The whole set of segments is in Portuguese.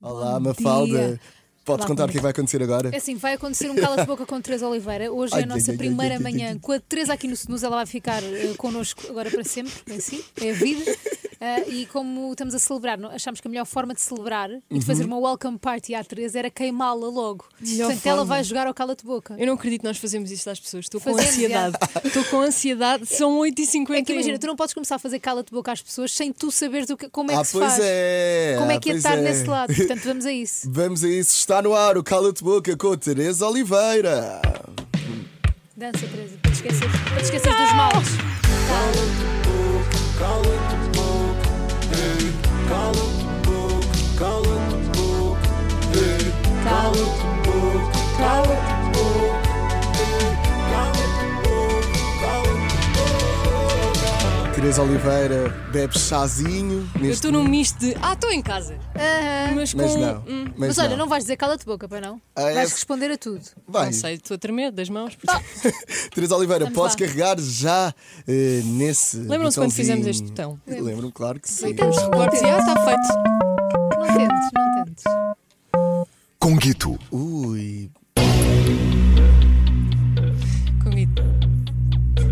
Olá, Bom Mafalda. dia. Podes Olá, contar o como que é que vai acontecer agora? É assim, vai acontecer um cala-de-boca com a Teresa Oliveira. Hoje Ai, é a nossa ai, ai, primeira ai, ai, ai, manhã ai. com a Teresa aqui no Senus. Ela vai ficar eh, connosco agora para sempre. É assim, é a vida. Ah, e como estamos a celebrar, não- achámos que a melhor forma de celebrar e de Uhum. fazer uma welcome party à Teresa era queimá-la logo. Melhor Portanto, ela forma. vai jogar ao cala-de-boca. Eu não acredito que nós fazemos isto às pessoas. Estou com Fazemos, ansiedade. Estou com ansiedade. São 8h50. É que imagina, tu não podes começar a fazer cala-de-boca às pessoas sem tu saberes o que- como é que ah, se pois faz. é! Como é ah, que ia pois estar é. nesse lado. Portanto, vamos a isso. Vamos a isso. Está no ar o Cala-te Boca com a Teresa Oliveira. Dança, Teresa, para te esquecer, para te esquecer dos males. Cala-te Teresa Oliveira bebe chazinho. Eu neste estou num misto de. Ah, estou em casa. Mas com. Mas não. hum, Mas, um. Mas olha, não vais dizer cala-te boca, para não? Ah, é- Vais responder a tudo. Vai. não sei, estou a tremer das mãos. Tá porque- Teresa Oliveira, Vamos podes lá. carregar já eh, nesse. Lembram-se quando botãozinho. fizemos este botão? Lembro-me, claro que sim. Então, Os recortes e ah, está feito. Não tentes, não tentes. Conguito. Ui. Comigo.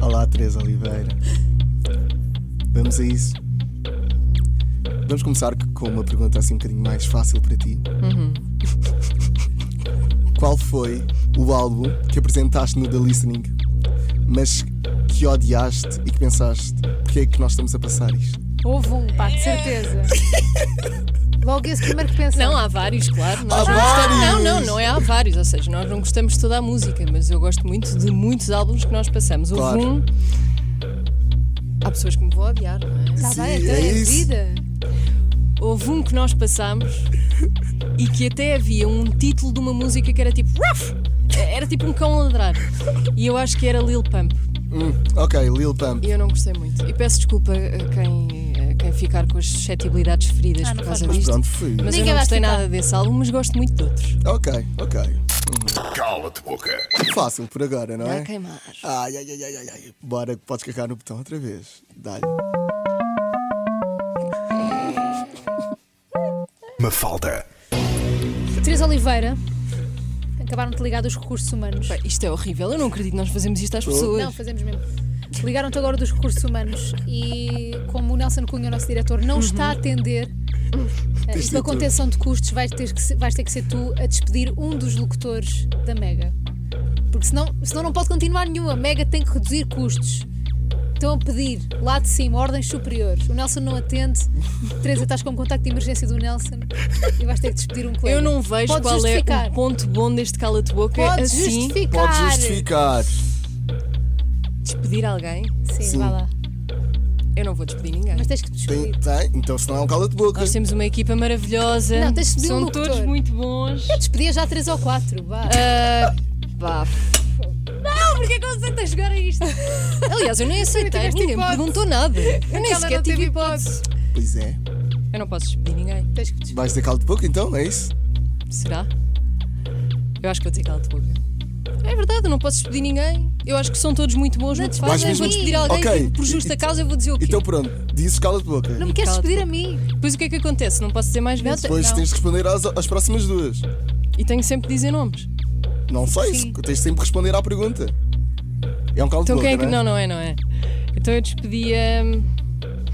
Olá, Teresa Oliveira. Vamos a isso. Vamos começar com uma pergunta assim um bocadinho mais fácil para ti. Qual foi o álbum que apresentaste no The Listening, mas que odiaste e que pensaste porque é que nós estamos a passar isto? Houve um, pá, de certeza. Logo esse primeiro que pensa. Não, há vários, claro. Nós Há não gostamos- vários! Não, não, não é há vários. Ou seja, nós não gostamos de toda a música, mas eu gosto muito de muitos álbuns que nós passamos. Houve Claro. um. Há pessoas que me vão odiar, não é? Está Sim, bem, então é é, isso. vida. Houve um que nós passámos e que até havia um título de uma música que era tipo Ruff! Era tipo um cão a ladrar. E eu acho que era Lil Pump. Hum, ok, Lil Pump. E eu não gostei muito. E peço desculpa a quem, a quem ficar com as suscetibilidades feridas Ah, não por faz causa mal. Mas disto. pronto, fui. Mas Ninguém eu vai não gostei ficar. nada desse álbum, mas gosto muito de outros. Ok, ok. Cala-te boca. Fácil por agora, não é? Vai queimar. Ai, ai, ai, ai, ai, ai. Bora, podes carregar no botão outra vez. Dá-lhe. Mafalda. Teresa Oliveira, acabaram de ligar dos recursos humanos. Pá, Isto é horrível. Eu não acredito que nós fazemos isto às pessoas. Não, fazemos mesmo. Ligaram-te agora dos recursos humanos e, como o Nelson Cunha, o nosso diretor, Uhum. não está a atender eh, isto da contenção de custos, vais ter, que ser, vais ter que ser tu a despedir um dos locutores da Mega. Porque senão, senão não pode continuar nenhuma. A Mega tem que reduzir custos. Estão a pedir lá de cima ordens superiores. O Nelson não atende. Teresa, estás com o contacto de emergência do Nelson e vais ter que despedir um colega. Eu não vejo Podes qual justificar. é o ponto bom deste cala-te-boca. Podes assim, justificar. Podes justificar. despedir alguém. Sim, Sim. vá lá. Eu não vou despedir ninguém. Mas tens que te Tem, despedir. tem. Então se não é um cala de boca. Nós temos uma equipa maravilhosa. Não, tens de pedir um São locutor. todos muito bons. Despedia já três ou quatro. Vá. Ah, pá. Não, porque é que eu aceito a jogar a isto? Aliás, eu nem aceitei, tiveste ninguém me hipótese. perguntou nada. Eu nem Aquela sequer não teve tive hipótese. Pois é. Eu não posso despedir ninguém, Tens que te Vais dizer cala de boca então? É isso? será? Eu acho que vou dizer cala-te boca. É verdade, eu não posso despedir ninguém. Eu acho que são todos muito bons no que despedes fazem. a Vou mim. despedir alguém Ok. por justa E- causa, eu vou dizer o quê? Então pronto, dizes cala de boca. Não me queres Cala-te despedir a mim? Depois o que é que acontece? Não posso dizer mais vezes? Depois Não. tens de responder às, às próximas duas. E tenho sempre de dizer nomes. Não sei, Sim. tens sempre de responder à pergunta. É um cala Então de boca. quem é que. não, Não, não é, não é. Então eu despedia. hum,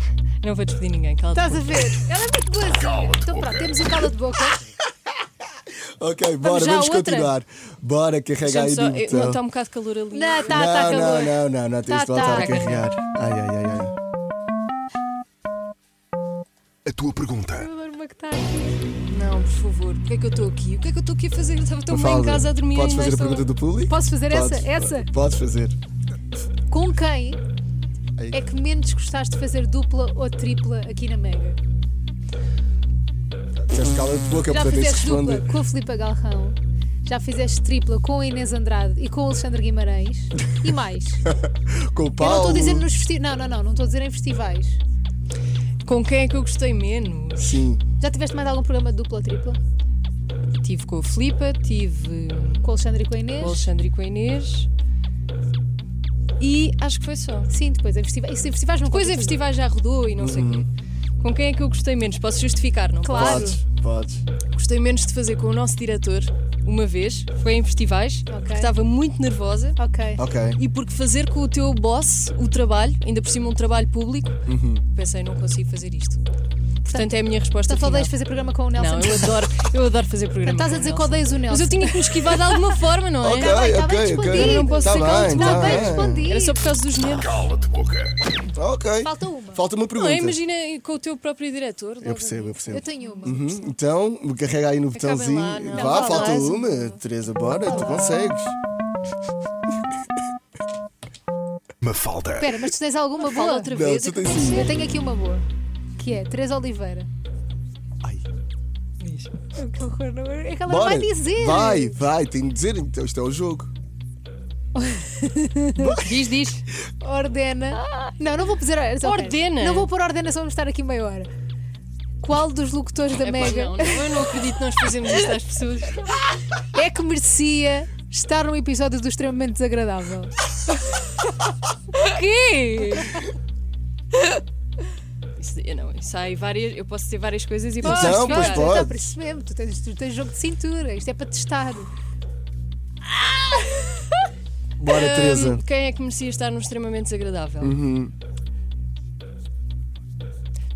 Não vou despedir ninguém, cala-te Tá- Estás boca. a ver? Ela é muito boazinha. Cala-te, então boca. pronto, temos o cala de boca. Ok, bora, já à vamos outra? continuar. Bora, carrega Deixa-me aí só- no eu- botão. Não, está um bocado de calor ali. Não, então, tá, não, tá não, calor. não, não, não, tens Tá, de voltar tá. a carregar. Ai, ai, ai, ai. A tua pergunta. Agora uma que está aqui. Não, por favor, porquê é que eu estou aqui? O que é que eu estou aqui a fazer? Eu estava tão bem em Mafalda, casa a dormir Podes ainda fazer a estou- pergunta do público? Posso fazer essa? Podes, Essa? Podes fazer. Com quem Aí. é que menos gostaste de fazer dupla ou tripla aqui na Mega? Tens cala de boca, portanto Já tens de fizeste dupla responder. com a Filipa Galrão. Já fizeste tripla com a Inês Andrade e com o Alexandre Guimarães. E mais. Com o Eu não Paulo. estou a dizer nos festivais. Não, não, não. Não estou a dizer em festivais. Com quem é que eu gostei menos? Sim, Já tiveste mais algum programa de dupla ou tripla? Tive com a Filipa, tive Com o Alexandre e com a com Inês? o Alexandre e com a Inês. E acho que foi só. Sim, depois em festivais. Isso em festivais não Depois conta em tudo. Uhum. é festivais já rodou e não sei o quê. Com quem é que eu gostei menos? Posso justificar, não? Claro. podes, podes. Gostei menos de fazer com o nosso diretor uma vez, foi em festivais, porque estava muito nervosa. Ok. Ok. E porque fazer com o teu boss o trabalho, ainda por cima um trabalho público, Uhum. pensei, não consigo fazer isto. Portanto, é a minha resposta. Então só final. odeias fazer programa com o Nelson. Não, eu adoro, eu adoro fazer programa. Estás a com o dizer que Nelson. odeias o Mas Nelson. eu tinha que me esquivar de alguma forma, não é? Ok, bem, tá ok, bem ok. respondido. Eu não posso Tá ser bem, caldo de Está tá bem bem. respondido. Era só por causa dos nervos. Cala-te boca. Ah, Ok. Falta uma. Falta uma Não, pergunta. é? imagina com o teu próprio diretor. Eu percebo, eu percebo. Eu tenho uma. Uhum, Então, carrega aí no Acabem botãozinho. lá, não. Vá, Não, falta mais uma. Teresa, bora, tu consegues. Mafalda. Espera, mas tu tens alguma boa? Fala outra Não, vez. tu é que tens tem que uma. Eu tenho aqui uma boa. Que é Teresa Oliveira. Ai. Que horror, não é? É que ela Bora. vai dizer. Vai, vai, tem de dizer. Então, isto é o jogo. ser. Diz, diz. Ordena. Não, não vou dizer. só espera. Ordena. Não vou pôr ordena, só vamos estar aqui meia hora. Qual dos locutores da Epá, Mega É não, não, eu não acredito que nós fazemos isto às pessoas. é que merecia estar num episódio do extremamente desagradável? O quê? Isso, eu não, isso há aí várias. Eu posso ter várias coisas e posso Então, pois justificar. pode. Está tá percebendo? Tu tens, tu tens jogo de cintura, isto é para testar. Bora, Hum, Teresa. Quem é que merecia estar num extremamente desagradável?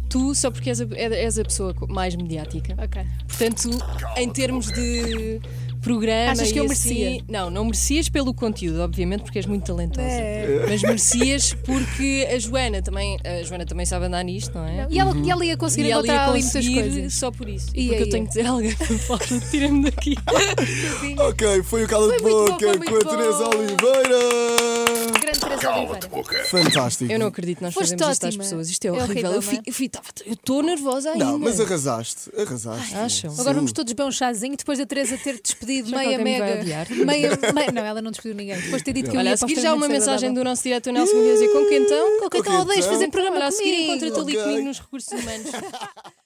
Tu, só porque és a, é- és a pessoa co- mais mediática. Ok. Portanto, em termos de programa. Achas que e eu assim- merecia? não, não merecias pelo conteúdo, obviamente, porque és muito talentosa. É. Mas merecias porque a Joana também. A Joana também sabe andar nisto, não é? E ela, e ela ia conseguir E ela encontrar ia ali muitas conseguir coisas. só por isso. Ia, e porque ia. eu tenho que dizer a alguém que fala, tira-me daqui. Ok, foi o Cala de Foi muito bom, Boca foi muito com a bom. Teresa Oliveira. Grande Teresa Cala-te Oliveira. boca. Fantástico. Eu não acredito que nós Foste fazemos isto às ótima. pessoas. Isto é É horrível, horrível. eu não é? fi- eu fi- tava- eu estou nervosa ainda. Não, mas arrasaste. Arrasaste. acham? Agora Sim. vamos todos beber um chazinho depois da Teresa ter despedido Será que meia alguém me vai mega. odiar? Meia, meia- não, ela não despediu ninguém. Depois de ter dito que eu Olha, ia a seguir para o já uma extremamente mensagem desagradável. do nosso diretor Nelson Munhoz e com que então? Com que então Ok, odeias então. fazer programa Olha, a seguir comigo? encontra-te ali Ok. comigo nos recursos humanos.